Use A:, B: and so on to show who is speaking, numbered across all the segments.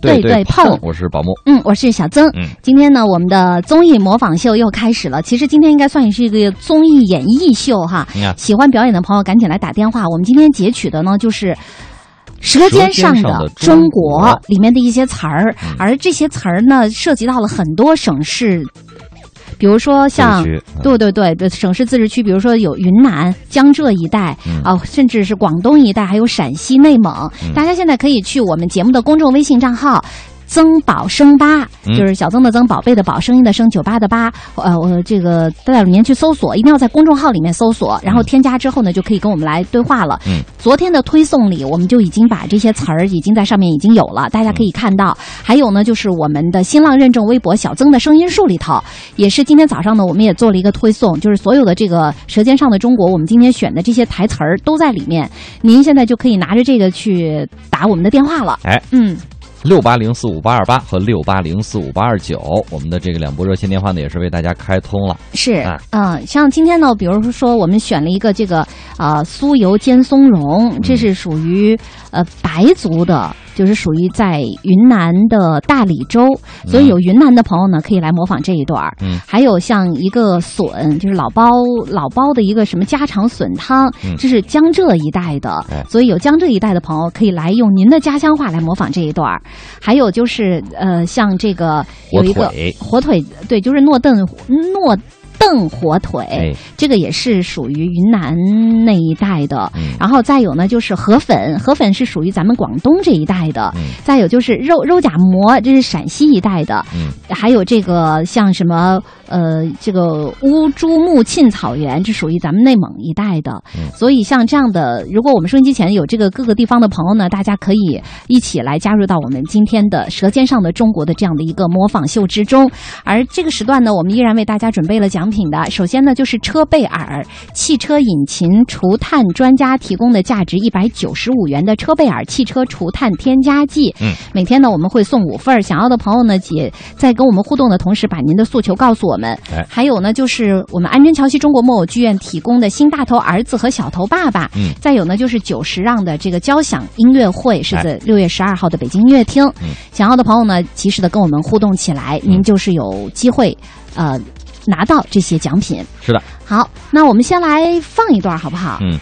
A: 对
B: 对
A: 碰，
B: 我是宝木。
A: 嗯，我是小曾。
B: 嗯
A: 今天呢，我们的综艺模仿秀又开始了。其实今天应该算是一个综艺演绎秀哈。
B: 你看，
A: 喜欢表演的朋友赶紧来打电话。我们今天截取的呢，就是《舌尖上的中国》里面的一些词儿，
B: 嗯
A: 而这些词儿呢，涉及到了很多省市，比如说像。
B: 地区
A: 对对对对，省市自治区，比如说有云南、江浙一带
B: 嗯
A: 啊、甚至是广东一带，还有陕西、内蒙。
B: 嗯
A: 大家现在可以去我们节目的公众微信账号。曾宝生吧，
B: 嗯
A: 就是小曾的曾，宝贝的宝，声音的声，酒吧的吧。呃，我这个大家里面去搜索，一定要在公众号里面搜索，然后添加之后呢，就可以跟我们来对话了。
B: 嗯，
A: 昨天的推送里，我们就已经把这些词儿已经在上面已经有了，大家可以看到。还有呢，就是我们的新浪认证微博“小曾的声音树”里头，也是今天早上呢，我们也做了一个推送，就是所有的这个《舌尖上的中国》，我们今天选的这些台词儿都在里面。您现在就可以拿着这个去打我们的电话了。
B: 哎，
A: 嗯。
B: 六八零四五八二八和六八零四五八二九，我们的这个两部热线电话呢，也是为大家开通了。
A: 是，嗯、
B: 啊
A: 像今天呢，比如说我们选了一个这个呃酥油煎松
B: 嗯
A: 茸，这是属于呃白族的，就是属于在云南的大理州，所以有云南的朋友呢，可以来模仿这一段儿。
B: 嗯
A: 还有像一个笋，就是老包老包的一个什么家常笋汤，
B: 嗯
A: 这是江浙一带的，
B: 哎
A: 所以有江浙一带的朋友可以来用您的家乡话来模仿这一段儿。还有就是呃，像这个有一
B: 火
A: 个
B: 腿
A: 火腿，对，就是诺顿诺邓火腿，
B: 哎，
A: 这个也是属于云南那一带的。
B: 嗯
A: 然后再有呢，就是河粉，河粉是属于咱们广东这一带的。
B: 嗯
A: 再有就是肉肉夹馍，这是陕西一带的。
B: 嗯，
A: 还有这个像什么呃，这个乌珠穆沁草原，这属于咱们内蒙一带的。
B: 嗯
A: 所以像这样的，如果我们收音机前有这个各个地方的朋友呢，大家可以一起来加入到我们今天的《舌尖上的中国》的这样的一个模仿秀之中。而这个时段呢，我们依然为大家准备了奖品的。首先呢，就是车贝尔汽车引擎除碳专家提供的价值一百九十五元的车贝尔汽车除碳添加剂。
B: 嗯，
A: 每天呢我们会送五份儿，想要的朋友呢，也在跟我们互动的同时，把您的诉求告诉我们。
B: 哎
A: 还有呢，就是我们安贞桥西中国木偶剧院提供的新大头儿子和小头爸爸。
B: 嗯，哎
A: 再有呢，就是九十让的这个交响音乐会是在六月十二号的北京音乐厅。
B: 嗯
A: 想要的朋友呢，及时的跟我们互动起来，您就是有机会，呃，拿到这些奖品。
B: 是的，
A: 好，那我们先来放一段好不好？
B: 嗯。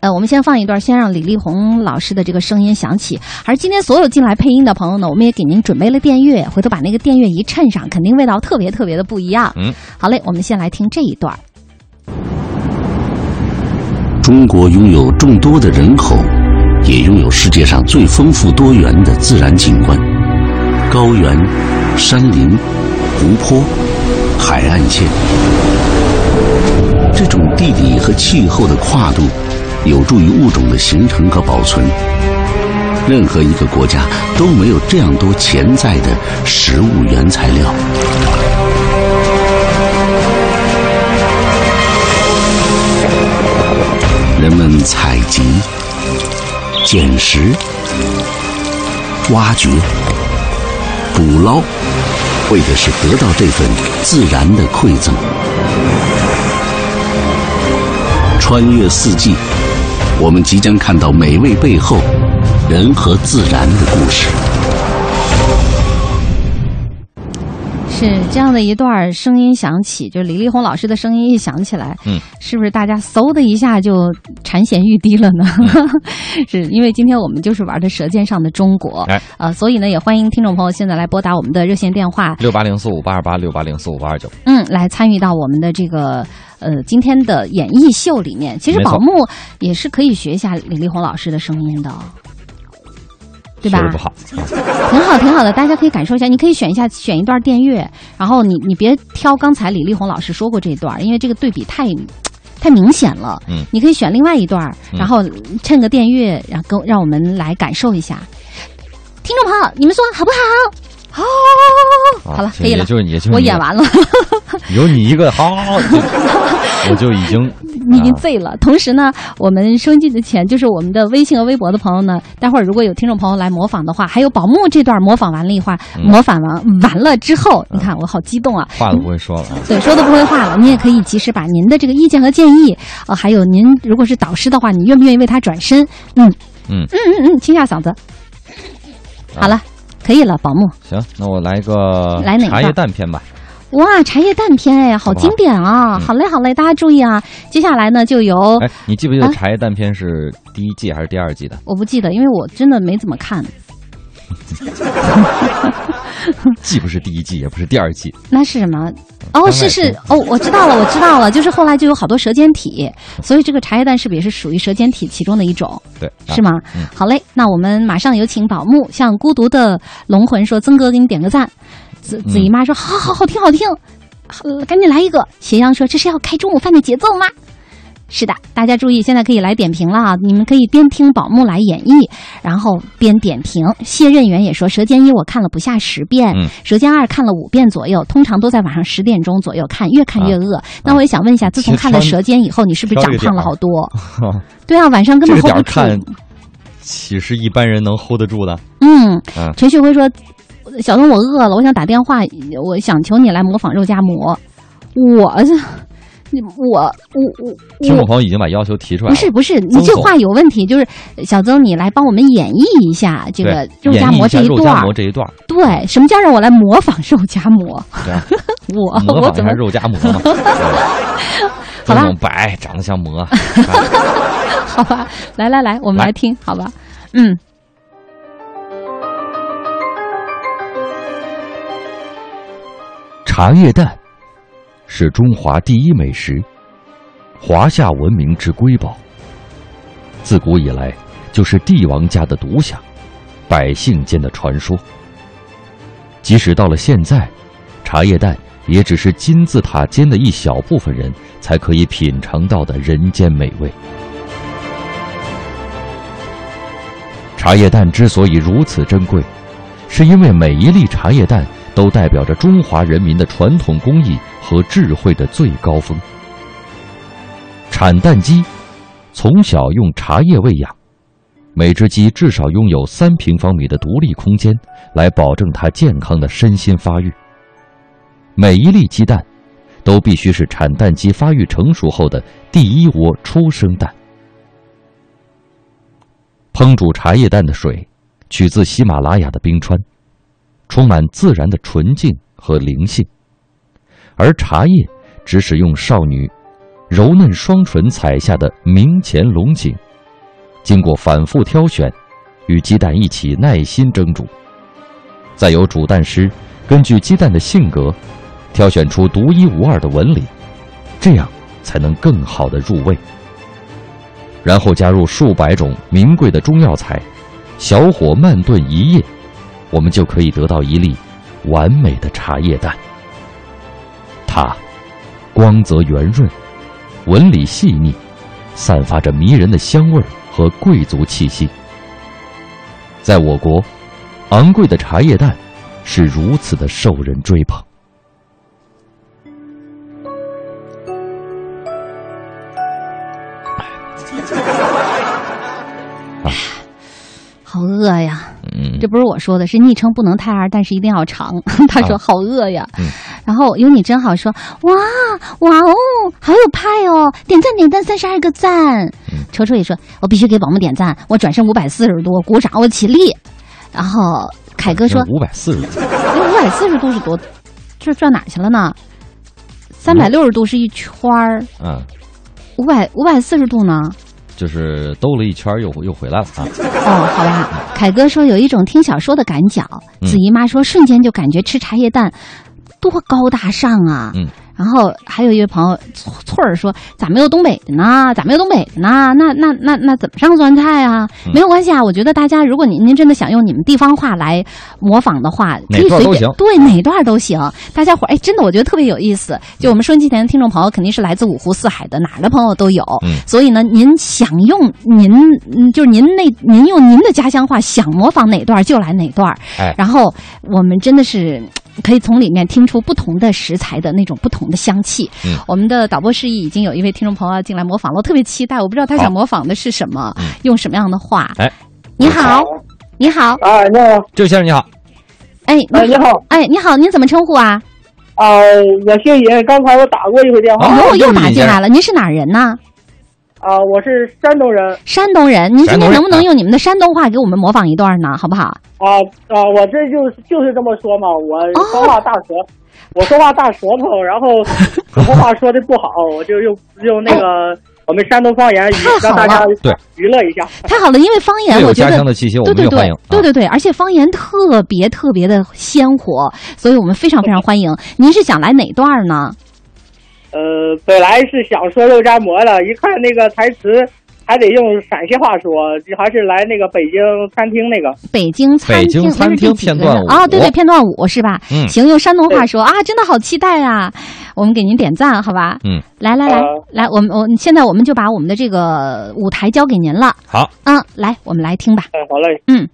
A: 呃，我们先放一段，先让李丽宏老师的这个声音响起。而今天所有进来配音的朋友呢，我们也给您准备了电乐，回头把那个电乐一衬上，肯定味道特别特别的不一样。
B: 嗯，
A: 好嘞，我们先来听这一段儿。
C: 中国拥有众多的人口，也拥有世界上最丰富多元的自然景观，高原、山林、湖泊、海岸线。这种地理和气候的跨度，有助于物种的形成和保存。任何一个国家都没有这样多潜在的食物原材料。人们采集、捡拾、挖掘、捕捞，为的是得到这份自然的馈赠。穿越四季，我们即将看到美味背后人和自然的故事。
A: 是这样的一段儿声音响起，就是李丽宏老师的声音一响起来，
B: 嗯，
A: 是不是大家嗖的一下就馋涎欲滴了呢？ 是因为今天我们就是玩的《舌尖上的中国》
B: 哎
A: 呃，所以呢，也欢迎听众朋友现在来拨打我们的热线电话，
B: 六八零四五八二八，六八零四五八二九。
A: 嗯，来参与到我们的这个呃今天的演艺秀里面。其实
B: 没错
A: 宝木也是可以学一下李丽宏老师的声音的，对吧？
B: 确实不好，
A: 挺好，挺好的，大家可以感受一下。你可以选一下，选一段电乐，然后你你别挑刚才李丽宏老师说过这一段，因为这个对比太太明显了。
B: 嗯，
A: 你可以选另外一段，
B: 嗯
A: 然后趁个电乐，然后跟让我们来感受一下。听众朋友，你们说好不好？好、
B: 啊
A: 好了，
B: 行
A: 可以了
B: 也。就是你，也就是
A: 我
B: 你
A: 演，完了，
B: 有你一 个好，我就已经
A: 你已经
B: 啊
A: 醉了。同时呢，我们收音机的前就是我们的微信和微博的朋友呢，待会儿如果有听众朋友来模仿的话，还有宝木这段模仿完了以后，
B: 嗯
A: 模仿完完了之后，你看我好激动啊！
B: 话都不会说了啊。
A: 对，说的不会话了，您也可以及时把您的这个意见和建议，呃，还有您如果是导师的话，你愿不愿意为他转身？嗯
B: 嗯啊
A: 嗯嗯嗯，清下嗓子。好了，可以了，宝木。
B: 行，那我来个
A: 来哪个
B: 茶叶蛋篇吧。
A: 哇，茶叶蛋篇哎，好
B: 好不好
A: 经典啊！
B: 嗯
A: 好嘞，好嘞，大家注意啊！接下来呢，就由
B: 哎，你记不记得
A: 啊
B: 茶叶蛋篇是第一季还是第二季的？
A: 我不记得，因为我真的没怎么看。
B: 既不是第一季，也不是第二季，
A: 那是什么？
B: 番外
A: 哦，是是
B: 篇
A: 哦，我知道了，我知道了，就是后来就有好多舌尖体，所以这个茶叶蛋是不是也是属于舌尖体其中的一种？
B: 对，啊
A: 是吗？
B: 嗯
A: 好嘞，那我们马上有请宝木向孤独的龙魂说：“曾哥，给你点个赞。子”
B: 嗯
A: 子姨妈说：“好好好听，好听，呃赶紧来一个。”斜阳说：“这是要开中午饭的节奏吗？”是的，大家注意，现在可以来点评了啊！你们可以边听宝木来演绎，然后边点评。谢任元也说，《舌尖一》我看了不下十遍，
B: 嗯
A: 舌尖二》看了五遍左右，通常都在晚上十点钟左右看，越看越饿。那我也想问一下，自从
B: 嗯其实
A: 看了《
B: 挑
A: 舌尖》以后，你是不是
B: 挑
A: 长
B: 一个
A: 胖
B: 点
A: 了
B: 儿
A: 好多？对啊，晚上根
B: 这
A: 本
B: 个
A: hold
B: 点
A: 不
B: 儿
A: 住。
B: 看，岂是一般人能 hold 得住的？
A: 嗯
B: 嗯，
A: 陈旭辉说：“小东，我饿了，我想打电话，我想求你来模仿肉夹馍。”我， 你我我我
B: 听众
A: 我，
B: 朋友已经把要求提出来
A: 不
B: 了，
A: 是不是，你
B: 曾
A: 这
B: 总
A: 话有问题。就是小曾，你来帮我们演绎一下这个肉
B: 对
A: 夹馍这
B: 演绎一下肉
A: 段
B: 夹
A: 儿
B: 馍。这一段儿，
A: 对，什么叫让我来模仿肉夹馍？
B: 对啊
A: 我
B: 模
A: 我
B: 仿一
A: 怎
B: 下
A: 么
B: 肉夹馍 嘛。对
A: 好吧
B: 曾总白，长得像馍。啊
A: 好吧？啊来来来，我们
B: 来
A: 来听好吧？嗯，
B: 茶叶蛋是中华第一美食，华夏文明之瑰宝。自古以来，就是帝王家的独享，百姓间的传说。即使到了现在，茶叶蛋也只是金字塔尖的一小部分人才可以品尝到的人间美味。茶叶蛋之所以如此珍贵，是因为每一粒茶叶蛋都代表着中华人民的传统工艺和智慧的最高峰。产蛋鸡从小用茶叶喂养，每只鸡至少拥有三平方米的独立空间，来保证它健康的身心发育。每一粒鸡蛋都必须是产蛋鸡发育成熟后的第一窝出生蛋。烹煮茶叶蛋的水取自喜马拉雅的冰川，充满自然的纯净和灵性。而茶叶只使用少女柔嫩双唇采下的明前龙井，经过反复挑选，与鸡蛋一起耐心蒸煮，再由煮蛋师根据鸡蛋的性格，挑选出独一无二的纹理，这样才能更好的入味。然后加入数百种名贵的中药材，小火慢炖一夜，我们就可以得到一粒完美的茶叶蛋。它光泽圆润，纹理细腻，散发着迷人的香味儿和贵族气息。在我国，昂贵的茶叶蛋是如此的受人追捧。
A: 好饿呀。
B: 嗯
A: 这不是我说的，是昵称不能太二，但是一定要长。 他说
B: 啊
A: 好饿呀，
B: 嗯
A: 然后有你真好说，哇哇哦，好有派哦，点赞点赞三十二个赞。
B: 嗯
A: 球球也说，我必须给宝木点赞，我转身五百四十度，鼓掌，我起立。然后凯哥说，哎
B: 五百四十，
A: 五百四十度是多，这转哪儿去了呢？三百六十度是一圈儿，
B: 嗯，
A: 五百五百四十度呢？
B: 就是兜了一圈儿又又回来了啊。
A: 哦，好吧。凯哥说有一种听小说的感脚，
B: 嗯
A: 子姨妈说瞬间就感觉吃茶叶蛋多高大上啊。
B: 嗯
A: 然后还有一位朋友翠翠儿说：“咋没有东北的呢？咋没有东北的呢？那那那那怎么上酸菜啊？
B: 嗯
A: 没有关系啊，我觉得大家如果您您真的想用你们地方话来模仿的话，可
B: 哪
A: 以
B: 段
A: 随
B: 都
A: 便
B: 行嗯
A: 对哪段都行。大家伙儿哎，真的我觉得特别有意思。就我们收音机前的听众朋友肯定是来自五湖四海的，哪儿的朋友都有。
B: 嗯
A: 所以呢，您想用您嗯就是您那您用您的家乡话想模仿哪段就来哪段儿。
B: 哎
A: 然后我们真的是。嗯”可以从里面听出不同的食材的那种不同的香气。
B: 嗯
A: 我们的导播示意已经有一位听众朋友进来模仿了，我特别期待，我不知道他想
B: 好
A: 模仿的是什么
B: 嗯，
A: 用什么样的话。
B: 哎，
A: 你好，你好，
D: 啊，你好，
B: 这位先生你好，
A: 哎，
D: 啊，你
A: 你
D: 好，
A: 哎，你好，您怎么称呼啊？
D: 啊，我姓尹，刚才我打过一会儿电话
B: 啊
A: 哦，
B: 又
A: 又
B: 是
A: 打进
B: 你先
A: 来了，您是哪人呢？
D: 啊、我是山东人
A: 山东人，您今
B: 山东
A: 天
B: 人哎
A: 能不能用你们的山东话给我们模仿一段呢？好不好？
D: 啊啊、我这就是就是这么说嘛，我
A: 哦
D: 说话大舌，我说话大舌头，然 后普通话说的不好，我就用用那个我们山东方言娱
A: 哦太
D: 让
A: 好
D: 大家
B: 对
D: 娱乐一下。
A: 太好了，因为方言
B: 这哎有
A: 我觉
B: 家
A: 得
B: 乡的气息，我
A: 对
B: 们
A: 对
B: 就欢
A: 对
B: 迎。
A: 对
B: 啊
A: 对对，而且方言特别特别的鲜活，所以我们非常非常欢迎。您是想来哪段儿呢？
D: 呃，本来是想说肉夹馍的，一看那个台词。还得用陕西话说，这还是来那个北京餐厅那个
A: 北京餐
B: 北京
A: 厅，
B: 餐
A: 那是第
B: 厅
A: 几
B: 片
A: 个
B: 段
A: 呢
B: 五
A: 啊？对对，片段五是吧？
B: 嗯
A: 行，用山东话
D: 对
A: 说啊，真的好期待啊！我们给您点赞，好吧？
B: 嗯，
A: 来来来
D: 好
A: 来，我们我现在我们就把我们的这个舞台交给您了。
B: 好，
A: 嗯，来，我们来听吧。
D: 嗯，好嘞，
A: 嗯，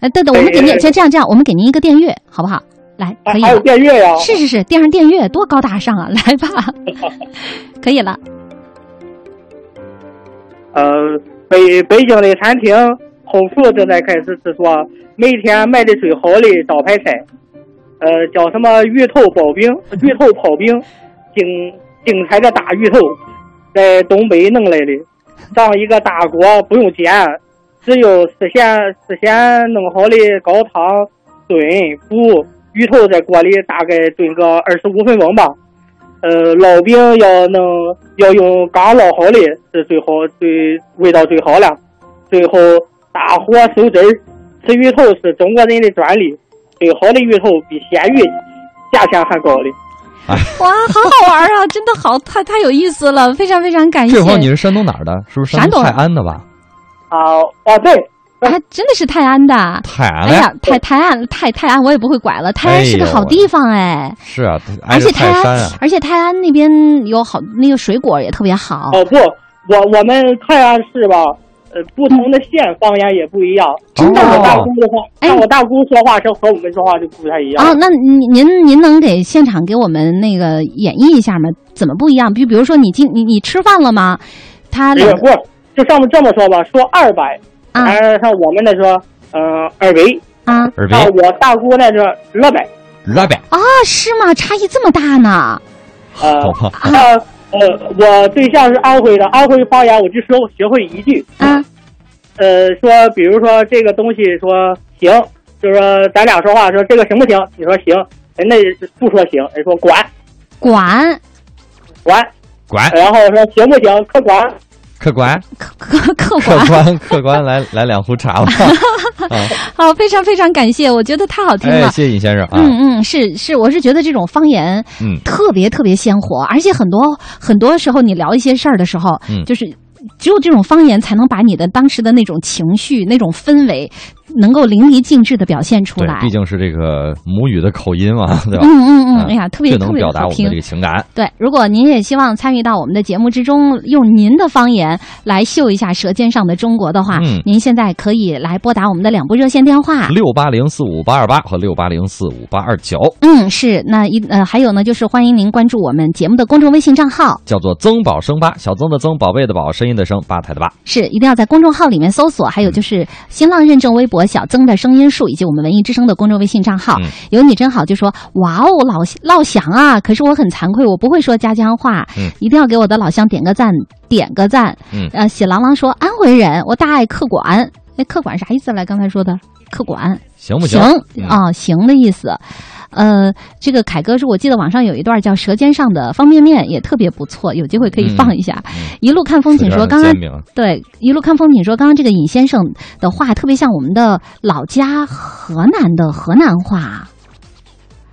A: 呃，对对，我们给您
D: 哎
A: 先这样这样，我们给您一个电乐，好不好？来，
D: 还
A: 可以
D: 啊还有
A: 了。
D: 电乐呀，
A: 是是是，电上电乐多高大上啊！来 吧，可以了。
D: 呃，北北京的餐厅空腹正在开始制作每天卖的最好的招牌菜，呃，叫什么芋头刨冰、芋头刨冰，精精彩的大芋头，在东北弄来的，上一个大锅不用煎，只有事先事先弄好的高汤炖煮芋头，在锅里大概炖个二十五分钟吧。呃，烙饼要能要用刚烙好的是最好，最味道最好了。最后大火收汁儿，吃芋头是中国人的专利。最好的芋头比鲜芋价钱还高的。
A: 哇，好好玩啊！ 真的好，太太有意思了，非常非常感谢。
B: 这会儿你是山东哪儿的？是不是山
A: 哎山东
B: 泰安的吧？
D: 啊啊，对，
A: 啊，真的是泰安的。
B: 泰安
A: 哎
B: 的呀
A: 呀，泰泰安泰泰安，我也不会拐了。泰安是个
B: 哎呦
A: 好地方哎，
B: 是啊，它挨
A: 而
B: 着
A: 且泰
B: 泰山
A: 安
B: 啊，，
A: 而且泰安那边有好那个水果也特别好。
D: 哦不，我我们泰安市吧，呃，不同的县方言也不一样。
A: 真的
D: 像我大
B: 哦
D: 姑的话，
A: 哎
D: 像我大姑说话是和我们说话就不太一样。
A: 啊，那您您您能给现场给我们那个演绎一下吗？怎么不一样？比比如说你今你你吃饭了吗？他
D: 也
A: 两
D: 不，就上面这么说吧，说二百，
A: 啊
D: 呃，像我们那说，呃，二维。
A: 啊
B: 耳鼻
D: 那我大姑那是二百，
B: 拉呗，
A: 啊是吗？差异这么大呢？
D: 呃，
A: 哦
B: 好吧，
D: 那呃，我对象是安徽的，安徽方言我就说学会一句，
A: 啊，
D: 呃，说比如说这个东西说行，就是说咱俩说话说这个行不行？你说行，人家不说行，人说管
A: 管
D: 管，
B: 管
D: 然后说行不行？可管，
B: 客官，
A: 客客客
B: 客
A: 管。
B: 官，客官，来来两壶 茶吧。啊，
A: 好，非常非常感谢，我觉得太好听了。
B: 哎，谢谢尹先生啊，
A: 嗯嗯，是是，我是觉得这种方言
B: 嗯，
A: 特别特别鲜活，而且很多很多时候你聊一些事儿的时候，
B: 嗯
A: 就是只有这种方言才能把你的当时的那种情绪、那种氛围，能够淋漓尽致的表现出
B: 对
A: 来，
B: 毕。竟是这个母语的口音嘛，对吧？
A: 嗯嗯嗯，
B: 嗯
A: 哎呀，特别
B: 最
A: 特
B: 能
A: 别
B: 表达
A: 好
B: 我们的这
A: 听
B: 个。情感。
A: 对，如果您也希望参与到我们的节目之中，用您的方言来秀一下《舌尖上的中国》的话，
B: 嗯
A: 您现在可以来拨打我们的两部热线电话。
B: 六八零四五八二八和六八零四五八二九，
A: 嗯，是那一呃，还有呢，就是欢迎您关注我们节目的公众微信账号，
B: 叫做增宝生八，小增的增，宝贝的宝，声音的声，八台的八。
A: 是一定要在公众号里面搜索，还有
B: 嗯
A: 就是新浪认证微博“小曾的声音树”以及我们文艺之声的公众微信账号。
B: 嗯
A: 有你真好，就说哇哦，老老乡啊！可是我很惭愧，我不会说家乡话，
B: 嗯
A: 一定要给我的老乡点个赞，点个赞。
B: 嗯
A: 呃，喜郎郎说安徽人，我大爱客馆，那客馆啥意思来？刚才说的客馆。
B: 行不
A: 行
B: 嗯
A: 啊、行的意思。呃，这个凯哥说，我记得网上有一段叫《舌尖上的方便面》，也特别不错，有机会可以
B: 嗯
A: 放一下。
B: 嗯
A: 一路看风景说，刚刚
B: 煎饼
A: 对一路看风景说，刚刚这个尹先生的话特别像我们的老家河南的河南话，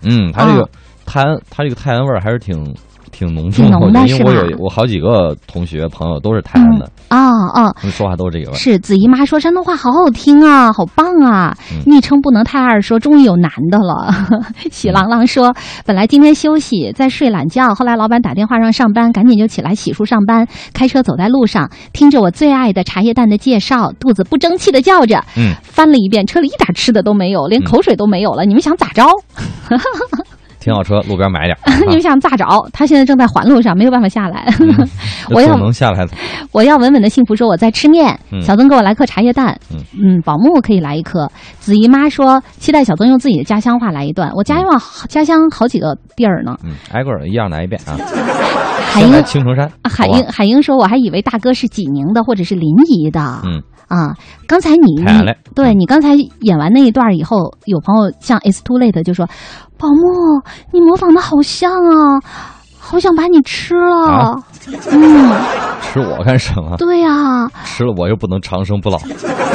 B: 嗯，他这
A: 啊
B: 个泰安，他这个泰安味儿还是挺挺浓重
A: 挺浓的
B: 我觉得因为
A: 是
B: 我
A: 吧
B: 有我好几个同学朋友都是泰安的，
A: 哦哦。
B: 他们说话都是这个味儿。
A: 是子姨妈说山东话好好听啊，好棒啊！
B: 嗯
A: 昵称不能太二说，终于有男的了。 喜郎郎说，本来今天休息在睡懒觉，后来老板打电话让上班，赶紧就起来洗漱上班。开车走在路上，听着我最爱的茶叶蛋的介绍，肚子不争气的叫着，
B: 嗯， 啊
A: 翻了一遍，车里一点吃的都没有，连口水都没有了。你们想咋着？
B: 停好车，路边买点 儿。
A: 你们想咋找？他现在正在环路上，没有办法下来。
B: 嗯
A: 我要
B: 总能下来的，
A: 我要稳稳的幸福说我在吃面，
B: 嗯
A: 小曾给我来颗茶叶蛋，
B: 嗯
A: 宝木可以来一颗。子姨妈说期待小曾用自己的家乡话来一段，我家乡好家乡好几个地儿呢。
B: 嗯，挨个儿一样来一遍啊。
A: 海
B: 先
A: 英
B: 来青城山，
A: 哎啊海
B: 好吧啊
A: 英海英说我还以为大哥是济宁的或者是临沂的，
B: 嗯
A: 啊，刚才你
B: 太
A: 你
B: 好嘞嗯
A: 对你刚才演完那一段以后，有朋友像 It's too late 就说，宝木你模仿的好像啊，好想把你吃了，
B: 啊
A: 嗯，
B: 吃我干什么？
A: 对呀、啊。
B: 吃了我又不能长生不老。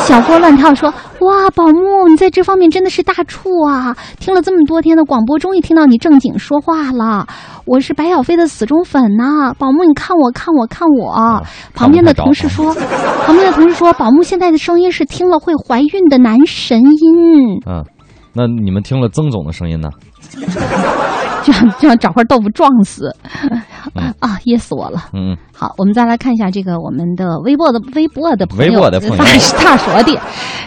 A: 小郭乱跳说：“哇，宝木，你在这方面真的是大处啊！听了这么多天的广播，终于听到你正经说话了。我是白小飞的死忠粉呐、宝木，你看我，看我，看我。旁边的同事说，啊旁边的同事说，宝木现在的声音是听了会怀孕的男神音，
B: 嗯，那你们听了曾总的声音呢？
A: 就想就想找块豆腐撞死，
B: 嗯
A: 啊，噎死我了。
B: 嗯，
A: 好，我们再来看一下这个我们的微博的微博的朋友，
B: 微博的朋友
A: 大大说的，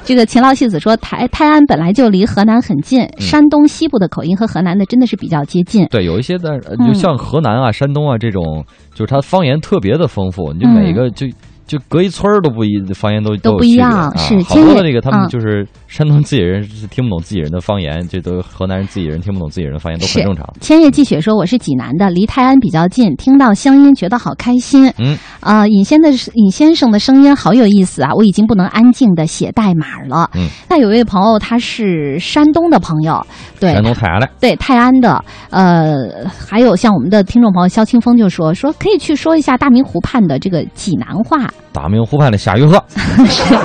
A: 这个勤劳戏子说泰泰安本来就离河南很近，
B: 嗯
A: 山东西部的口音和河南的真的是比较接近。
B: 对，有一些的，呃
A: 嗯
B: 就像河南啊、山东啊这种，就是它方言特别的丰富，你就
A: 嗯
B: 每个就。就隔一村儿都不一，方言都
A: 都
B: 有
A: 不一
B: 区别
A: 样
B: 啊
A: 是
B: 好
A: 建
B: 多
A: 业
B: 的这个他们
A: 嗯
B: 就是山东自己人是听不懂自己人的方言，这都河南人自己人听不懂自己人的方言都
A: 是
B: 很正常。
A: 千叶寄雪说我是济南的，离泰安比较近，听到乡音觉得好开心。
B: 嗯，
A: 呃，尹先的尹先生的声音好有意思啊，我已经不能安静的写代码了。
B: 嗯，
A: 那有位朋友他是山东的朋友，对，
B: 山东泰安嘞，
A: 对泰安的，呃，还有像我们的听众朋友肖清风就说说可以去说一下大明湖畔的这个济南话，
B: 大明湖畔的夏雨荷，
A: 是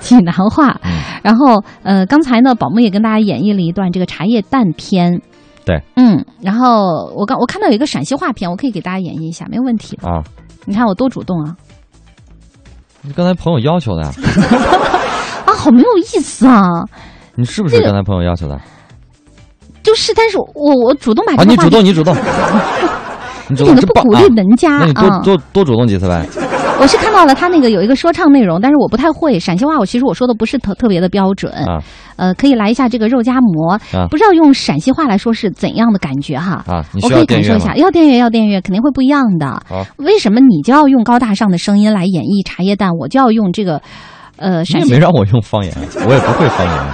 A: 济南话。
B: 嗯
A: 然后呃，刚才呢，宝木也跟大家演绎了一段这个茶叶蛋篇。
B: 对，
A: 嗯，然后我刚我看到有一个陕西话篇，我可以给大家演绎一下，没有问题的。
B: 啊，
A: 你看我多主动啊！
B: 刚才朋友要求的呀，
A: 啊，好没有意思啊！
B: 你是不是刚才朋友要求的？
A: 就是，但是我我主动把
B: 啊，
A: 哎这个
B: 你
A: 话
B: 主
A: 题、
B: 动，你主动， 你主
A: 一点
B: 动，
A: 都
B: 真
A: 不
B: 棒
A: 鼓
B: 啊
A: 励！人家
B: 那你
A: 啊
B: 多！多多主动几次呗。
A: 我是看到了他那个有一个说唱内容，但是我不太会陕西话，我其实我说的不是特特别的标准。
B: 啊
A: 呃，可以来一下这个肉夹馍，
B: 啊
A: 不知道用陕西话来说是怎样的感觉哈？
B: 啊，你
A: 我
B: 需
A: 可
B: 要
A: 以感
B: 电
A: 受
B: 乐
A: 一
B: 吗
A: 下，？要电乐要电乐，肯定会不一样的。
B: 好
A: 为什么你就要用高大上的声音来演绎茶叶蛋，我就要用这个呃
B: 你
A: 陕
B: 也
A: 西
B: 没？让我用方言，我也不会方言。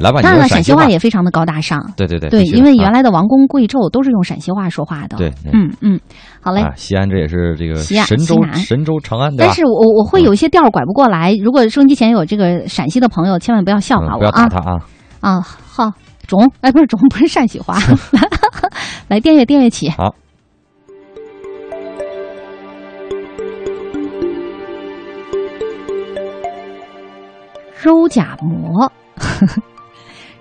B: 来吧，你
A: 当然
B: 用
A: 了，陕西
B: 西
A: 话也非常的高大上。
B: 对对对，
A: 对，
B: 必须的
A: 因为
B: 啊
A: 原来的王公贵胄都是用陕西话说话的。
B: 对，对
A: 嗯嗯，好嘞。
B: 啊，西安这也是这个
A: 西安
B: 神
A: 西
B: 州
A: 南
B: 神州长安对
A: 但
B: 吧？
A: 是我我会有一些调儿拐不过来。如果收音机前有这个陕西的朋友，千万不要笑话
B: 嗯不
A: 我
B: 要打
A: 啊
B: 他啊！
A: 啊！好，中哎不是中，不是陕西 话，来电乐电乐起。
B: 啊好，
A: 肉夹馍，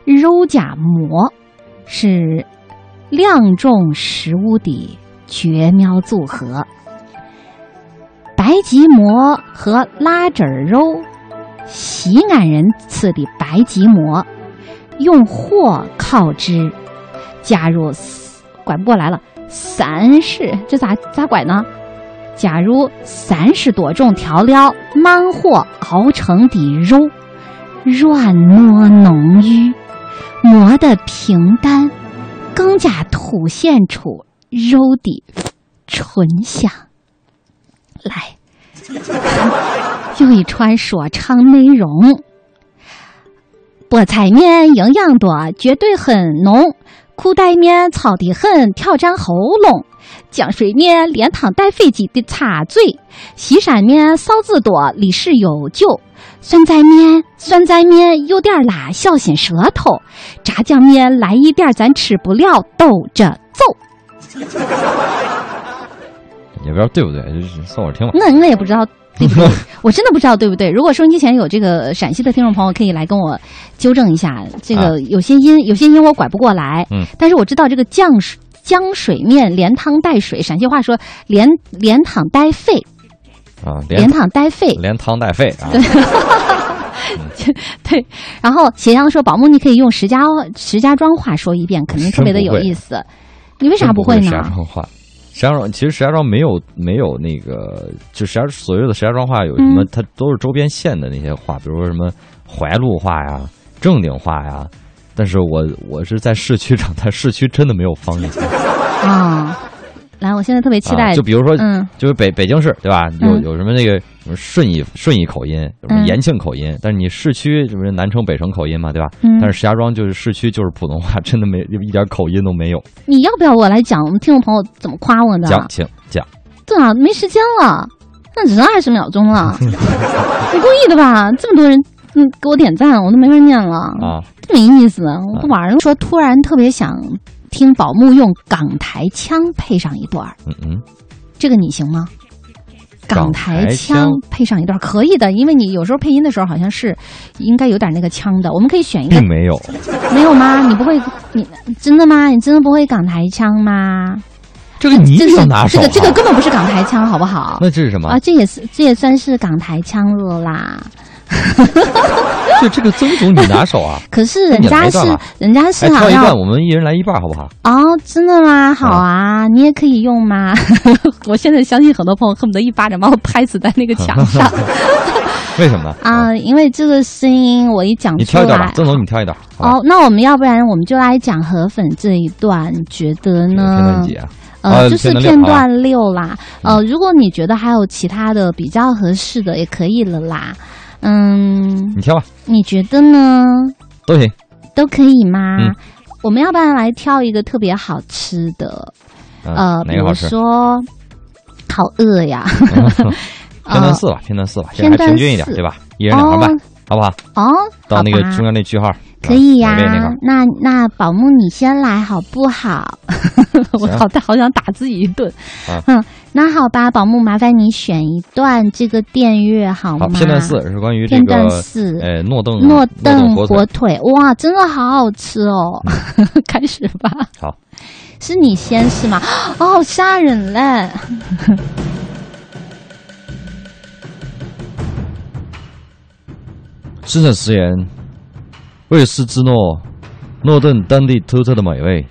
A: 肉夹馍是两种食物的绝妙组合，白吉馍和拉汁儿肉。西安人吃的白吉馍，用火烤制，加入四拐不过来了，三十这咋咋拐呢？假如三十多种调料慢火熬成的肉，软糯浓郁，磨得平淡，更加凸显出肉的醇香。来，有一串说唱内容：菠菜面营养多，绝对很浓；裤带面糙的很，挑战喉咙。浆水面连汤带飞机的插嘴，西山面臊子多，历史悠久。酸菜面，酸菜面有点辣，小心舌头。炸酱面来一点，咱吃不了，兜着走。
B: 也不知道对不对，就是算我听吧。
A: 那我也不知道对不对，我真的不知道对不对。如果收音机前有这个陕西的听众朋友，可以来跟我纠正一下。这
B: 啊
A: 个有些音，有些音我拐不过来，
B: 嗯
A: 但是我知道这个酱水浆水面连汤带水，陕西话说连连汤带肺，
B: 啊，
A: 嗯
B: 连
A: 连汤带肺。
B: 连汤带肺啊！
A: 对，然后斜阳说：“宝木，你可以用石家石家庄话说一遍，肯定特别的有意思。你为
B: 为
A: 啥不会
B: 石家
A: 呢？
B: 庄话？石家庄其实石家庄没有没有那个，就石家所谓的石家庄话有什么？
A: 嗯
B: 它都是周边县的那些话，比如说什么怀路话呀、正定话呀，但是我我是在市区长大，市区真的没有方言。
A: 啊、来，我现在特别期待，
B: 啊、就比如说，
A: 嗯
B: 就是北北京市对吧？有
A: 嗯
B: 有什么那个什么顺义顺义口音，有什么
A: 嗯
B: 延庆口音，但是你市区什么南城北城口音嘛，对吧？
A: 嗯
B: 但是石家庄就是市区就是普通话，真的没一点口音都没有。
A: 你要不要我来讲？我们听众朋友怎么夸我的？
B: 讲，请讲，
A: 对啊，没时间了，那只剩二十秒钟 了，你故意的吧？这么多人，嗯，给我点赞，我都没法念了
B: 啊，
A: 没意思，我不玩了。说突然特别想听宝木用港台腔配上一段儿，
B: 嗯嗯，
A: 这个你行吗？港台腔配上一段儿可以的，因为你有时候配音的时候好像是应该有点那个腔的。我们可以选一个
B: 并，没有，
A: 没有吗？你不会，你真的吗？你真的不会港台腔吗？
B: 这个你
A: 这
B: 比
A: 是
B: 较拿手、
A: 这
B: 啊
A: 个这个根本不是港台腔，好不好？
B: 那这是什么
A: 啊，？这也是这也算是港台腔了啦。
B: 就这个曾总你拿手 啊？
A: 可是
B: 那
A: 人
B: 你来
A: 家
B: 一
A: 是
B: 段吧
A: 人家是啊
B: 哎，
A: 好
B: 挑一
A: 像
B: 段，我们一人来一半，好不好？
A: 哦，真的吗？好啊，你也可以用吗？ 我现在相信很多朋友恨不得一巴掌把我拍死在那个墙 上
B: 为什么呢？
A: 啊，因为这个声音我一讲
B: 你
A: 出
B: 挑一段
A: 来
B: 吧，，曾总你挑一段。好吧
A: 哦，那我们要不然我们就来讲河粉这一段，你觉得
B: 这个天
A: 呢
B: 文？姐啊，啊
A: 呃，就是
B: 片
A: 片
B: 段六好啊嗯吧
A: 段六啦。呃，如果你觉得还有其他的比较合适的，也可以了啦。嗯，
B: 你挑吧，
A: 你觉得呢？
B: 都行。
A: 都可以吗？
B: 嗯
A: 我们要不然来挑一个特别好吃的，
B: 嗯
A: 呃，比
B: 哪个
A: 如
B: 好吃？
A: 说，好饿呀。
B: 片段
A: 呃
B: 四吧，片段四吧，这
A: 片
B: 还
A: 段
B: 平均一点，
A: 四
B: 对吧？一人两行半，
A: 哦
B: 好不好？
A: 哦，
B: 到那个
A: 好吧
B: 中间那句号，
A: 可以呀、
B: 啊北魏那块儿
A: 那那宝木你先来好不好？ 我
B: 行
A: 好好想打自己一顿。
B: 啊
A: 嗯，那好吧，宝木，麻烦你选一段这个电乐好吗？
B: 好，片段四是关于这
A: 片段
B: 个
A: 四
B: 呃诺邓
A: 诺
B: 邓
A: 邓
B: 火
A: 火
B: 腿，
A: 腿，哇，真的好好吃哦！ 开始吧，
B: 好，
A: 是你先是吗？哦，好吓人嘞！
B: 生产食盐，卫斯之诺，诺顿当地独特的美味。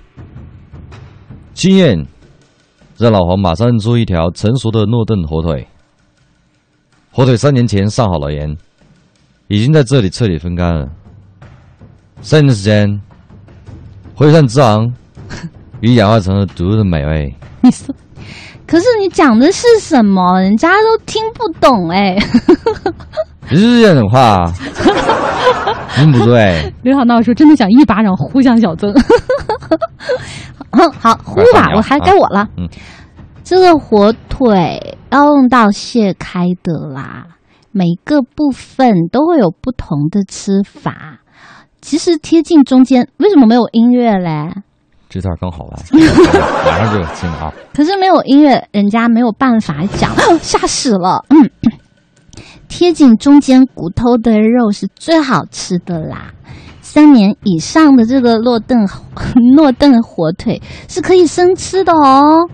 B: 经验让老黄马上认出一条成熟的诺顿火腿。火腿三年前上好了盐，已经在这里彻底风干了。三年的时间，挥散之昂已氧化成了独特的美味。
A: 你说，可是你讲的是什么？人家都听不懂哎！
B: 你是不是这种话，嗯，不对。
A: 没想到说真的想一巴掌呼向小 曾。嗯好，呼
B: 换
A: 吧
B: 你，了
A: 我还
B: 啊
A: 该我了。
B: 嗯
A: 这个火腿要用到卸开的啦，每个部分都会有不同的吃法。其实贴近中间，为什么没有音乐嘞？
B: 这段更好玩，马上就有听啊！
A: 可是没有音乐，人家没有办法讲， 吓死了。嗯，贴紧中间骨头的肉是最好吃的啦。三年以上的这个诺 顿诺顿火腿是可以生吃的哦。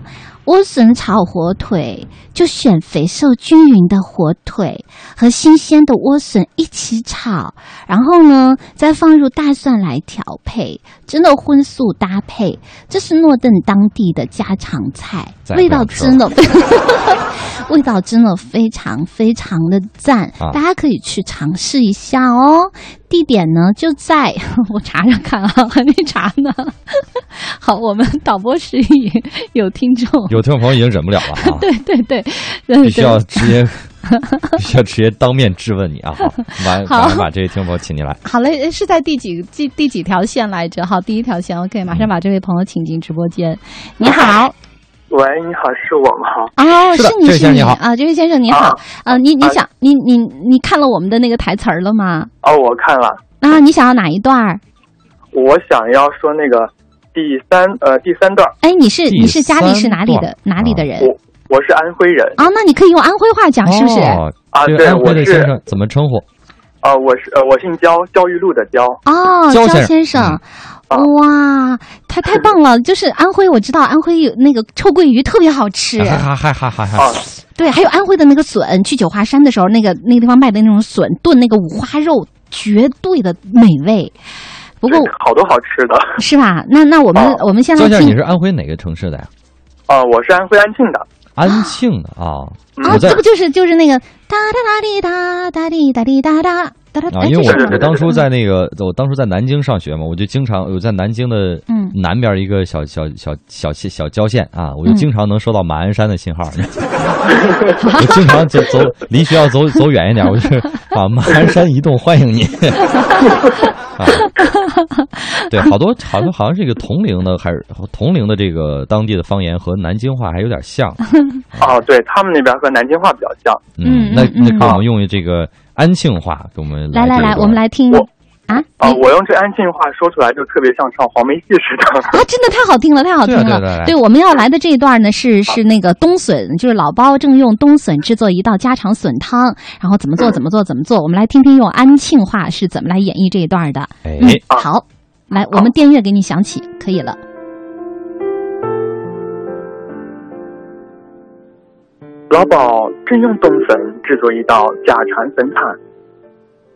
A: 莴笋炒火腿就选肥瘦均匀的火腿和新鲜的莴笋一起炒，然后呢再放入大蒜来调配，真的荤素搭配。这是诺顿当地的家常菜，
B: 再也
A: 味
B: 不要
A: 道
B: 吃了
A: 真的， 味道真的非常非常的赞，
B: 啊
A: 大家可以去尝试一下哦。地点呢就在 我查查看啊， 还没查呢。 好，我们导播室里有听众，
B: 有听众朋友已经忍不了了啊！
A: 对对对，对
B: 必须要直接， 必须要直接当面质问你啊！好，马
A: 好
B: 马上把这位听众朋友请 进来。
A: 好嘞，呃是在第几第第几条线来着？好，第一条线，OK，马上
B: 嗯
A: 把这位朋友请进直播间。你好，
E: 喂，你好，是我吗？
A: 哦，
B: 是的
A: 你
B: 这位
A: 是
B: 先生
A: 你
B: 你好
A: 啊，这位先生你好
E: 啊，
A: 呃，你你
E: 啊
A: 想你你你看了我们的那个台词儿了吗？
E: 哦，我看了，
A: 啊，你想要哪一段儿？
E: 我想要说那个第三呃第三段，
A: 哎，你是
B: 第
A: 你是家里是
B: 三
A: 哪里
B: 段
A: 的哪里的
B: 啊
A: 人
E: 我我是安徽人
A: 啊？那你可以用安徽话讲，是不是？
B: 哦
E: 啊
B: 这位
E: 对
B: 安徽
E: 我
B: 的
E: 是
B: 先生怎么称呼？
E: 啊、我是呃我姓焦，焦裕禄的焦
A: 哦，
B: 焦
A: 焦
B: 先生
A: 先生，
E: 嗯
A: 哇，他太棒了！就是安徽，我知道安徽有那个臭鳜鱼特别好 吃，
B: 还还还还
E: 啊
B: 还，
A: 对，还有安徽的那个笋，去九华山的时候，那个那个地方卖的那种笋炖那个五花肉，绝对的美味。不过
E: 对好多好吃的
A: 是吧？那那我们、
E: 哦
A: 我们先
B: 焦
A: 来
B: 先生，你
A: 听
B: 是安徽哪个城市的呀？
E: 啊、我是安徽安庆的，
B: 安庆的啊！
E: 嗯
A: 啊，
B: 我在
A: 这不就是就是那个哒哒哒滴哒哒滴哒滴哒哒哒但它
B: 啊，
A: 哎，
B: 因为
A: 这是
B: 我
E: 对
A: 吗
E: 对
B: 我当初在那个，我当初在南京上学嘛，我就经常我在南京的
A: 嗯
B: 南边一个小小小小小小郊县啊，我就
A: 嗯
B: 经常能收到马鞍山的 信号，我经常就走离学校走走远一点，我就是啊马鞍山移动欢迎您。啊，对，好多好多好像这个铜陵的还是铜陵的这个当地的方言和南京话还有点像，
E: 哦，对他们那边和南京话比较像。
A: 嗯
B: 那
A: 嗯
B: 那
A: 嗯
B: 给我们用这个安庆话给我们
A: 来来
B: 这一
A: 来，
B: 段
A: 我们来听
E: 我
A: 啊
E: 啊、
A: 你
E: 我用这安庆话说出来就特别像唱黄梅戏似的。
A: 啊，真的太好听了，太好听
B: 对啊对啊对
A: 了
B: 啊！
A: 对，我们要来的这一段呢，是是那个冬笋，就是老包正用冬笋制作一道家常笋汤，然后怎么做，怎么做，怎么做？我们来听听用安庆话是怎么来演绎这一段的。
B: 哎。
A: 嗯，
E: 啊
A: 好，来，我们电乐给你响起，可以了。
E: 老鸨正用冬笋制作一道家常笋汤，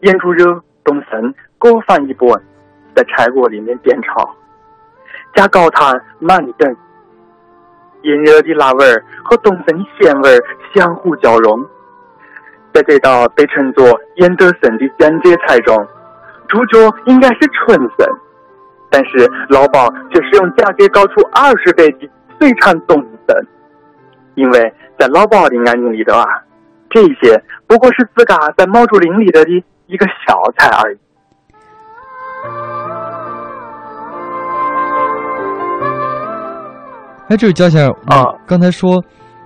E: 腌猪肉、冬笋各放一半，在柴锅里面煸炒，加高汤慢炖。腌热的辣味儿和冬笋的鲜味儿相互交融，在这道被称作腌冬笋的江浙菜中，主角应该是春笋，但是老鸨却是用价格高出二十倍的最产冬笋。因为在老包的眼睛里头啊，这些不过是自个在毛竹林里头的一个小菜而已。
B: 哎，这位焦先生，
E: 啊
B: 我刚才说，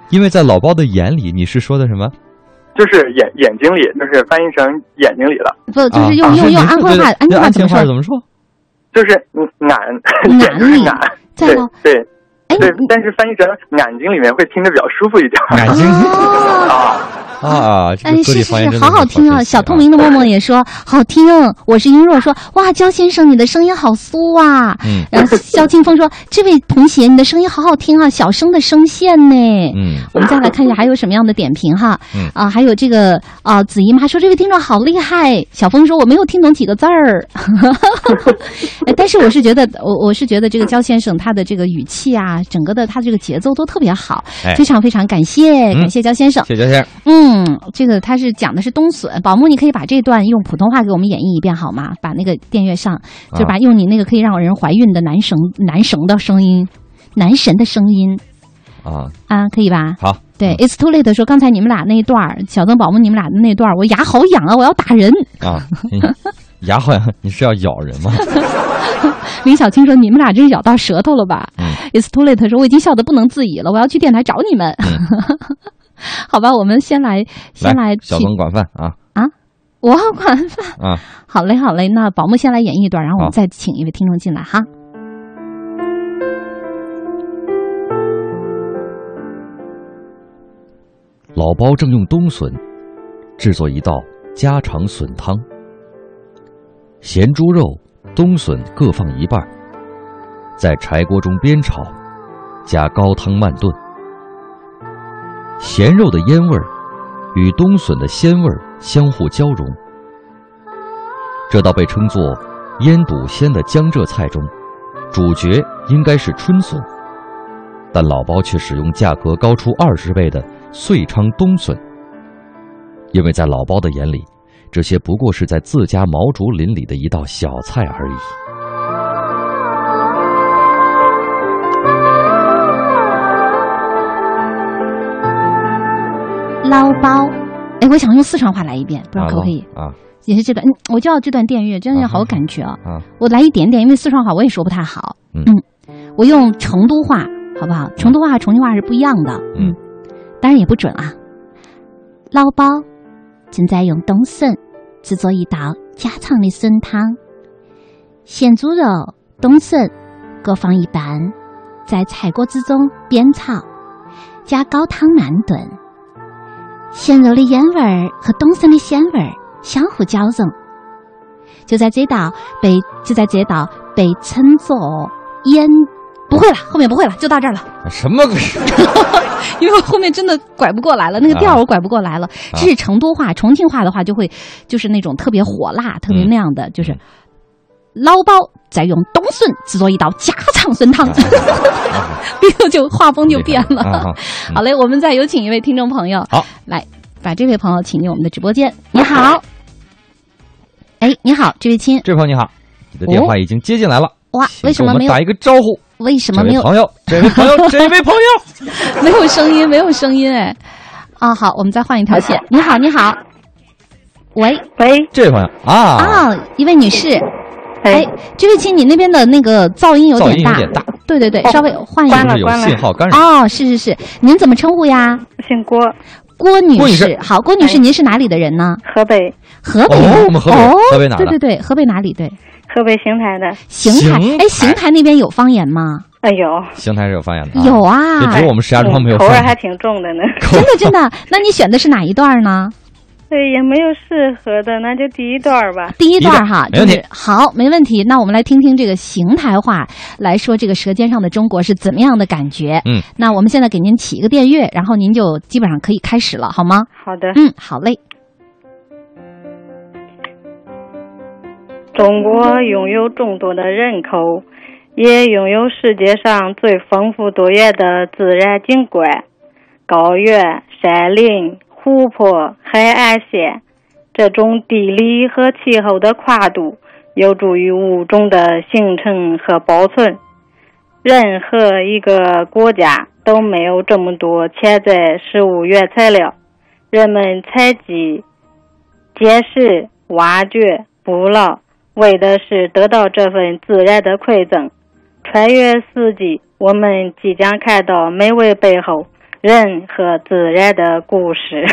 B: 因为在老包的眼里，你是说的什么？
E: 就是眼眼睛里，就是翻译成眼睛里了，
A: 不，呃就是用
B: 啊
A: 用
B: 你
A: 用
B: 是
A: 安徽
B: 对
A: 话，安
B: 对
A: 徽话
B: 安
A: 怎么
B: 庆话
A: 说
B: 怎？么说？
E: 就是眼，眼 睛是眼，
A: 在
E: 对
A: 吗
E: 对
A: 哎，
E: 对，但是翻译成眼睛里面会听着比较舒服一点。
B: 眼 睛
A: 哦，
E: 啊，
B: 啊，这
A: 哎，
B: 个各
A: 是
B: 地
A: 是
B: 方言
A: 是，
B: 真的
A: 好好听啊！
B: 神奇
A: 小透明的默默也说好听。哦我是英若说，哇，焦先生你的声音好酥啊！
B: 嗯
A: 然后萧清风说：“这位同学，你的声音好好听啊，小生的声线呢。”
B: 嗯，
A: 我们再来看一下还有什么样的点评哈，
B: 嗯
A: 啊，还有这个啊，子姨妈说这位听众好厉害，小峰说我没有听懂几个字儿， 哎但是我是觉得我我是觉得这个焦先生他的这个语气啊，整个的他这个节奏都特别好，
B: 哎
A: 非常非常感谢
B: 嗯
A: 感谢焦先生，
B: 谢谢焦先生。
A: 嗯，这个他是讲的是冬笋，宝木，你可以把这段用普通话给我们演绎一遍好吗？把那个电乐
B: 啊
A: 上，就是把用你那个可以让人怀孕的男神男神的声音，男神的声音
B: 啊，
A: 啊，可以吧？
B: 好，
A: 对、i t s too late 说刚才你们俩那一段儿，小邓宝木你们俩的那段儿，我牙好痒啊，我要打人。
B: 啊，你 牙好像你是要咬人吗？
A: 林小青说你们俩真是咬到舌头了吧、
B: 嗯
A: i t s too late 说我已经笑得不能自已了，我要去电台找你们。 好吧，我们先来先来去
B: 嗯小东管饭啊
A: 我好管饭。
B: 啊，
A: 好嘞，好嘞，那宝木先来演绎一段，然后我们
B: 好
A: 再请一位听众进来哈。
B: 老包正用冬笋制作一道家常笋汤，咸猪肉、冬笋各放一半儿，在柴锅中煸炒，加高汤慢炖。咸肉的烟味儿与冬笋的鲜味儿相互交融，这道被称作“腌笃鲜”的江浙菜中，主角应该是春笋。但老包却使用价格高出二十倍的遂昌冬笋，因为在老包的眼里，这些不过是在自家毛竹林里的一道小菜而已。
A: 捞包，哎，我想用四川话来一遍，不知道
B: 啊
A: 可不可以？
B: 啊
A: 也是这段，嗯，我就要这段电乐，真的
B: 啊
A: 好有
B: 好
A: 感觉啊！
B: 啊
A: 我来一点点，因为四川话我也说不太好。
B: 嗯
A: 我用成都话好不好？成都话和重庆话是不一样的。
B: 嗯，
A: 当然也不准啊。老包正在用冬笋制作一道家常的笋汤，咸猪肉、冬笋各放一半，在菜锅之中煸炒，加高汤慢炖。咸肉的烟味儿和冬笋的鲜味儿相互交融，就在这道被就在这道被称作烟，不会了，后面不会了，就到这儿了，
B: 什么鬼？啊
A: 因为我后面真的拐不过来了，那个调儿我拐不过来了。
B: 啊
A: 这是成都话，重庆话的话就会就是那种特别火辣、特别那样的，就是捞包再用冬笋制作一道家常笋汤， 就就画风就变了。
B: 啊好嗯
A: 好嘞，我们再有请一位听众朋友，
B: 好，
A: 来把这位朋友请进我们的直播间。你好，哎，你好，这位亲，
B: 这位朋友你好，你的电话已经接进来了，
A: 哇，
B: 请
A: 哦啊为什
B: 给
A: 么
B: 我
A: 没
B: 们
A: 有
B: 打？一个招呼？
A: 为什
B: 这
A: 么没
B: 位
A: 有
B: 朋友，这位 朋友，这位朋友，
A: 没有声音？没有声音哎！啊，好，我们再换一条线。你好，你好，喂
F: 喂，
B: 这位朋友啊，
A: 啊，一位女士，哎
F: 哎，，
A: 这位亲，你那边的那个噪音有
B: 噪
A: 点
B: 音有
A: 大，
B: 点大，
A: 对对对，稍微换一
B: 是
A: 下
B: 不
F: 哦关了
B: 是有
F: 关了
B: 信号干扰？
A: 哦，是是是，您怎么称呼呀？
F: 姓郭，
A: 郭女
B: 郭女
A: 士
B: 士，
A: 好，郭女士，
F: 哎
A: 您是哪里的人呢？
F: 河北
A: 河北
B: 哦
A: 的，
B: 我们河北
A: 哦
B: 河北哪儿
A: 对
B: 的
A: 对对，河北哪里？对，
F: 河北邢台的。
A: 邢台
B: 邢，
A: 哎，邢台那边有方言吗？
F: 哎呦，嗯
B: 邢台是有方言的，
A: 有，啊，
B: 也只有我们石家庄没有
F: 口
B: 方
F: 味
B: 言。
F: 还挺重的呢。
A: 真的真的。那你选的是哪一段呢？
F: 对，也没有适合的，那就第一段儿吧。
A: 第一段哈，
B: 没问
A: 就
B: 题
A: 是好，没问题。那我们来听听这个邢台话来说这个《舌尖上的中国》是怎么样的感觉。
B: 嗯，
A: 那我们现在给您起一个电乐，然后您就基本上可以开始了，好吗？
F: 好的，
A: 嗯，好嘞。
F: 中国拥有众多的人口，也拥有世界上最丰富多元的自然景观，高原、山林、湖泊、海岸线，这种地理和气候的跨度有助于物种的形成和保存。任何一个国家都没有这么多潜在食物原材料，人们采集、结识、挖掘、捕捞，为的是得到这份自然的馈赠。穿越四季，我们即将看到美味背后人和自然的故事。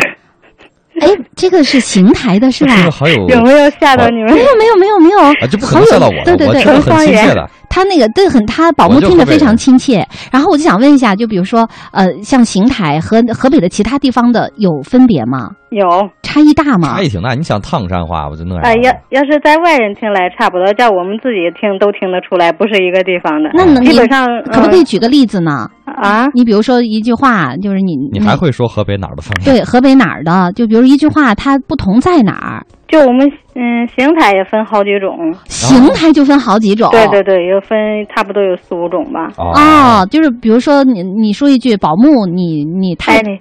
A: 哎，这个是邢台的是吧？
B: 这个好有
F: 有没有吓到你们
A: 没？有没有没有没有
B: 啊，这不可
A: 好
B: 能
A: 有
B: 吓到我了，
A: 对对
B: 我
A: 对
B: 听，得很
F: 方
B: 亲
F: 言
B: 切的。
A: 他那个对很，他宝
B: 我
A: 木
B: 就
A: 听得
B: 河北
A: 非常
B: 人
A: 亲切。然后我就想问一下，就比如说，呃，像邢台和河北的其他地方的有分别吗？
F: 有，
A: 差异大吗
B: 差？异挺大。你想烫山话，我就那样。
F: 哎，要要是在外人听来差不多，叫我们自己听都听得出来，不是一个地方的。
A: 那能
F: 基
A: 你
F: 本上呃
A: 可不可以举个例子呢？
F: 嗯啊？
A: 你比如说一句话，就是你
B: 你还会说河北哪儿的方言？
A: 对河北哪儿的？就比如一句话，它不同在哪儿？
B: 哦
F: 就我们嗯，邢台也分好几种，
A: 邢台就分好几种。
F: 对对对，有分差不多有四五种吧。
A: 哦，就是比如说你你说一句宝木，你你
F: 哎
A: 太
F: 你，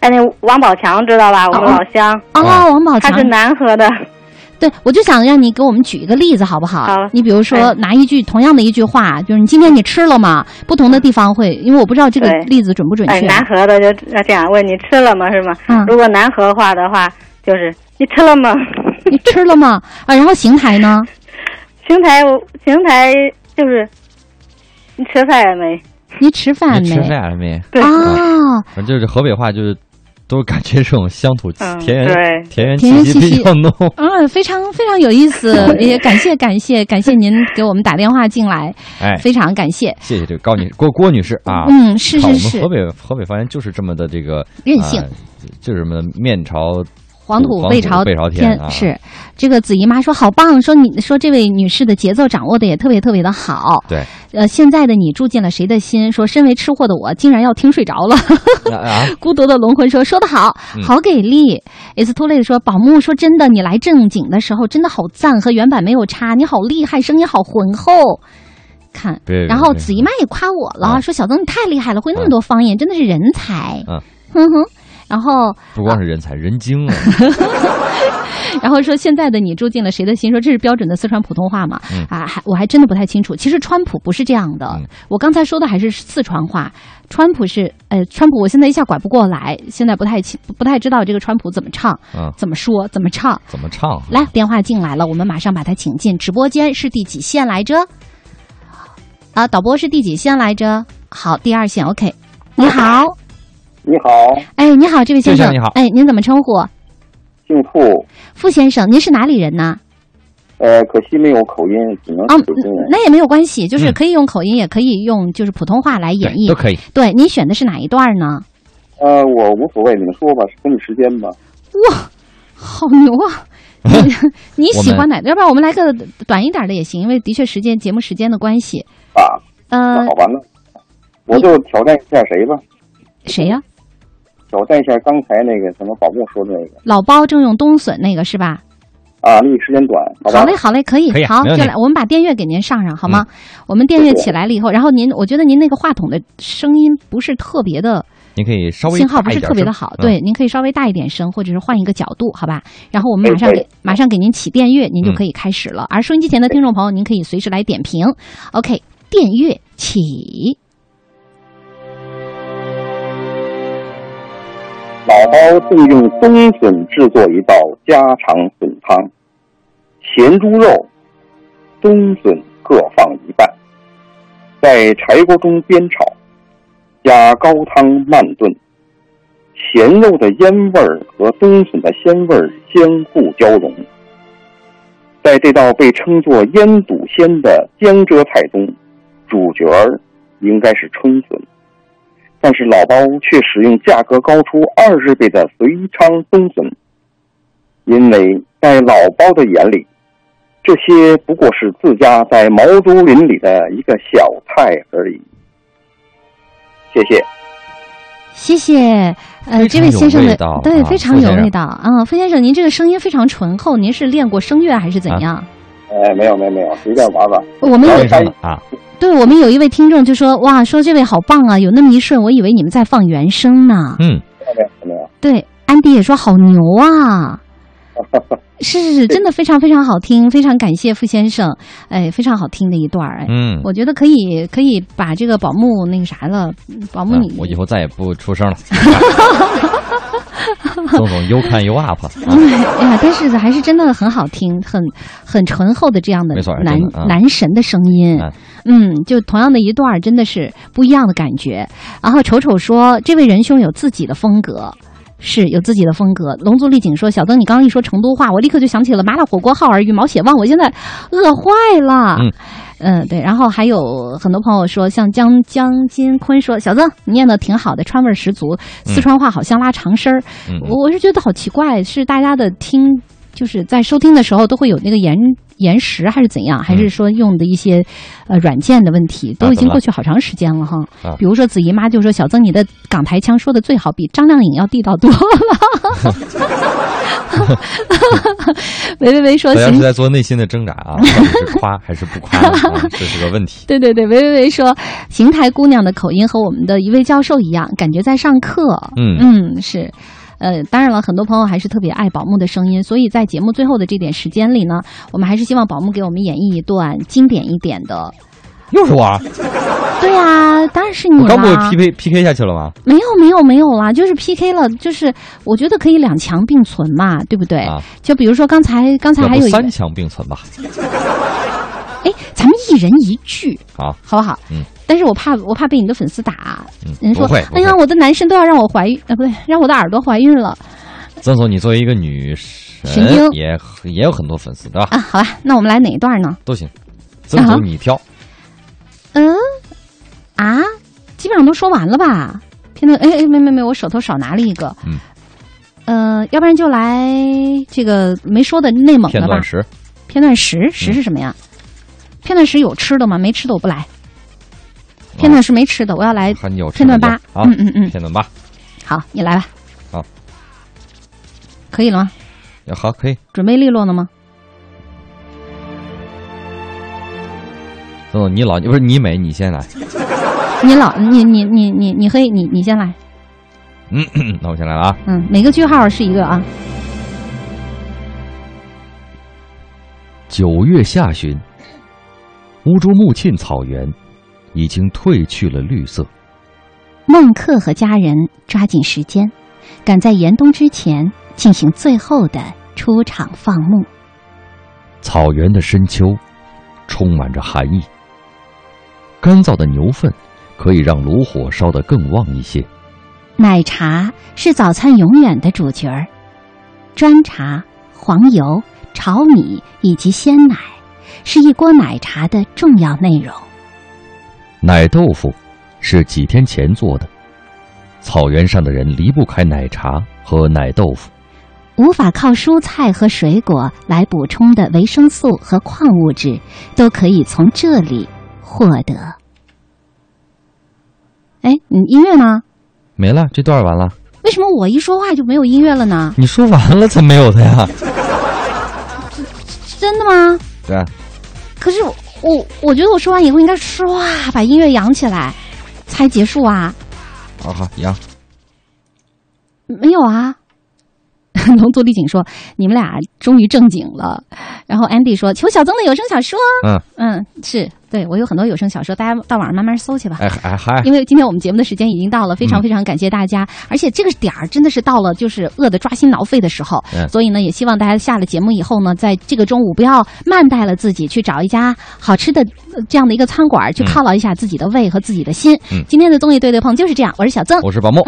F: 哎那王宝强知道吧？我们老乡，
A: 哦，
B: 啊
A: 王宝强
F: 他是南河的。
A: 对，我就想让你给我们举一个例子，好不好？
F: 好
A: 你比如说、
F: 哎
A: 拿一句同样的一句话，就是你今天你吃了吗？不同的地方会，因为我不知道这个
F: 对
A: 例子准不准
F: 哎，
A: 确。
F: 南河的就这样问你吃了吗？是吗？
A: 嗯
F: 如果南河话的话，就是你吃了吗？
A: 你吃了吗？啊，然后邢台呢？
F: 邢台，邢台就是你吃饭了没？
A: 你吃饭
B: 你
A: 没？
B: 吃饭哦了没？
F: 对，
A: 啊，
B: 反正就是河北话，就是都感觉这种乡土
F: 嗯，
B: 田园
F: 对，
B: 田园
A: 田园
B: 气息
A: 气息
B: 比较 浓。
A: 嗯，非常非常有意 思，也感谢感谢感谢您给我们打电话进来，
B: 哎，
A: 非常感谢。
B: 谢谢这个高女郭郭女士啊。
A: 嗯，是
B: 看
A: 是
B: 我们河
A: 是，
B: 北河北方言就是这么的这个
A: 任性
B: 啊就是什么面朝
A: 黄土
B: 黄
A: 背
B: 土
A: 朝
B: 背朝天啊
A: 是这个子姨妈说好棒，说你说这位女士的节奏掌握的也特别特别的好。
B: 对
A: 呃，现在的你住进了谁的心？说身为吃货的我，竟然要听睡着了。
B: 啊，
A: 孤独的龙魂说说得好，
B: 嗯
A: 好给力。It's too late 说宝木说真的，你来正经的时候真的好赞，和原版没有差，你好厉害，声音好浑厚。看
B: 别别，
A: 然后
B: 别
A: 子姨妈也夸我了，
B: 啊
A: 说小曾你太厉害了，会那么多方言，真的是人才。
B: 啊
A: 哼哼。然后，
B: 不光是人才，人精啊。
A: 然后说现在的你住进了谁的心？说这是标准的四川普通话嘛？
B: 嗯
A: 啊，还我还真的不太清楚。其实川普不是这样的，
B: 嗯
A: 我刚才说的还是四川话。川普是，呃，川普我现在一下拐不过来，现在不太清，不太知道这个川普怎么唱、
B: 嗯，
A: 怎么说、怎么唱。
B: 怎么唱？啊
A: 来，电话进来了，我们马上把他请进直播间，是第几线来着？啊，导播是第几线来着？好，第二线，OK。你好，
E: 你好，
A: 哎，你好，这位先
B: 先
A: 生，
B: 生你好
A: 哎，您怎么称呼？
E: 姓傅，
A: 傅先生，您是哪里人呢？
E: 呃，可惜没有口音，只能
A: 啊
E: 是北京人。
A: 那也没有关系，就是
B: 嗯
A: 可以用口音，也可以用就是普通话来演
B: 对
A: 绎。
B: 都可以。
A: 对，您选的是哪一段呢？
E: 呃，我无所谓，你们说吧，给你时间吧。
A: 哇，好牛 啊！你你喜欢哪？要不然我们来个短一点的也行，因为的确时间节目时间的关系。
E: 啊，
A: 呃
E: 那好，吧，那我就挑战一下谁吧，
A: 谁呀、
E: 挑战一下刚才那个什么宝木说的那个
A: 老包正用冬笋那个是吧？
E: 啊，那个时间短，好吧？
A: 好嘞，好嘞，可以，
B: 可以啊
A: 好，
B: 没问
A: 就
B: 题嗯
A: 来，我们把电乐给您上上好吗？我们电乐起来了以后，然后您，我觉得您那个话筒的声音不是特别的
B: 您可以稍微
A: 信号不
B: 大一
A: 是
B: 点
A: 特别的
B: 声
A: 好，
B: 嗯
A: 对，您可以稍微大一点声，或者是换一个角度，好吧？然后我们马上给马上给您起电乐，您就
B: 哎嗯
A: 可以开始了。而收音机前的听众朋友，您可以随时来点评。OK，电乐起。
G: 老包正用冬笋制作一道家常笋汤，咸猪肉、冬笋各放一半，在柴锅中煸炒，加高汤慢炖，咸肉的烟味儿和冬笋的鲜味儿相互交融。在这道被称作“腌笃鲜”的江浙菜中，主角儿应该是春笋。但是老包却使用价格高出二十倍的隋昌冬笋，因为在老包的眼里，这些不过是自家在毛竹林里的一个小菜而已。谢谢。
A: 谢谢，呃，
B: 非常
A: 这位先生
B: 有
A: 的
B: 味道
A: 对
B: 啊
A: 非常
B: 傅
A: 有
B: 先生
A: 味道啊，傅先生，您这个声音非常醇厚，您是练过声乐还是怎
B: 啊
A: 样？
G: 哎，没有没有没有，随便玩玩。
A: 哦我们
G: 老
A: 有
B: 先生了啊，
A: 对我们有一位听众就说哇，说这位好棒啊，有那么一瞬我以为你们在放原声呢。
B: 嗯，
G: 没有没有，
A: 对，安迪也说好牛 啊。是是是，真的非常非常好听，非常感谢傅先生，哎，非常好听的一段儿，哎，
B: 嗯，
A: 我觉得可以可以把这个宝木那个啥了，宝木
B: 嗯
A: 你、
B: 我以后再也不出声了。宋总又看又 up，啊
A: 嗯， 哎呀，但是还是真的很好听，很很醇厚的这样的
B: 没错
A: 男
B: 真的啊
A: 男神的声音
B: 啊，
A: 嗯，就同样的一段儿，真的是不一样的感觉。然后丑丑说，这位仁兄有自己的风格。是有自己的风格。龙族丽景说：“小邓，你刚刚一说成都话，我立刻就想起了麻辣火锅浩儿与毛血旺，我现在饿坏了。”
B: 嗯
A: 嗯，对。然后还有很多朋友说，像江江金坤说：“小曾，你念的挺好的，川味儿十足，四川话好像拉长声儿。
B: 嗯，
A: 我我是觉得好奇怪，是大家的听，就是在收听的时候都会有那个延延时，还是怎
B: 嗯
A: 样？还是说用的一些呃软件的问题？都已经过去好长时间了哈。
B: 啊
A: 比如说子姨妈就说：“小曾，你的港台腔说的最好，比张靓颖要地道多了。” 喂喂喂，说
B: 大家是
A: 行。
B: 在做内心的挣扎 啊，到底是夸还是不夸呢啊？这是个问题。
A: 对对对，喂喂喂，说邢台姑娘的口音和我们的一位教授一样，感觉在上课。
B: 嗯，
A: 嗯，是。呃，当然了，很多朋友还是特别爱宝木的声音，所以在节目最后的这点时间里呢，我们还是希望宝木给我们演绎一段经典一点的。
B: 又是我啊，
A: 对啊，当然是你
B: 我刚不
A: 啦
B: P K P K 下去了吗？
A: 没有没有没有啦，就是 PK 了，就是我觉得可以两强并存嘛，对不对？
B: 啊
A: 就比如说刚才刚才
B: 要
A: 哎还
B: 不
A: 有一个，
B: 三强并存吧？
A: 哎，咱们一人一句，
B: 好，
A: 好不好？
B: 嗯。
A: 但是我怕我怕被你的粉丝打，
B: 嗯
A: 人家说
B: 不会，不
A: 哎呀，
B: 会
A: 我的男神都要让我怀孕，呃，不对，让我的耳朵怀孕了。
B: 曾总，你作为一个女神
A: 神经，
B: 也很也有很多粉丝，对吧？
A: 啊，好吧，那我们来哪一段呢？
B: 都行。曾
A: 啊
B: 总，你挑，
A: 嗯，啊，基本上都说完了吧？天呐，哎哎，没没没，我手头少拿了一个。
B: 嗯。
A: 呃，要不然就来这个没说的内蒙
B: 片
A: 的吧
B: 段。时，嗯
A: 片段十十是什么呀？片段十有吃的吗？没吃的我不来。
B: 哦
A: 片段十没吃的，我要来
B: 还有
A: 片段八
B: 吧？。啊
A: 嗯，嗯嗯，
B: 片段八，
A: 好，你来吧。
B: 好。
A: 可以了吗？
B: 也好，可以。
A: 准备利落了吗？
B: 曾总，你老不是你美，你先来。
A: 你老你你你你你可以你你先来。
B: 嗯，那我先来了啊。
A: 嗯，每个句号是一个啊。
B: 九月下旬，乌珠穆沁草原已经褪去了绿色。
A: 孟克和家人抓紧时间，赶在严冬之前进行最后的出场放牧。
B: 草原的深秋充满着寒意，干燥的牛粪可以让炉火烧得更旺一些。
A: 奶茶是早餐永远的主角儿，砖茶、黄油、炒米以及鲜奶是一锅奶茶的重要内容。
B: 奶豆腐是几天前做的，草原上的人离不开奶茶和奶豆腐。
A: 无法靠蔬菜和水果来补充的维生素和矿物质，都可以从这里获得。哎，你音乐呢？
B: 没了，这段完了。
A: 为什么我一说话就没有音乐了呢？
B: 你说完了才没有的呀？
A: 真的吗？
B: 对啊，
A: 可是我我我觉得我说完以后应该唰把音乐扬起来，才结束啊。
B: 好好，杨，
A: 没有啊。 农族丽景说：“你们俩终于正经了。”然后 Andy 说：“求小曾的有声小说。
B: 嗯”
A: 嗯，是对我有很多有声小说，大家到网上慢慢搜去吧。
B: 哎哎嗨，
A: 因为今天我们节目的时间已经到了，非常
B: 嗯
A: 非常感谢大家，而且这个点儿真的是到了就是饿得抓心挠肺的时候，
B: 嗯
A: 所以呢，也希望大家下了节目以后呢，在这个中午不要慢待了自己，去找一家好吃的呃这样的一个餐馆儿，去
B: 嗯
A: 犒劳一下自己的胃和自己的心。
B: 嗯
A: 今天的综艺对对碰就是这样，我是小曾，
B: 我是宝木。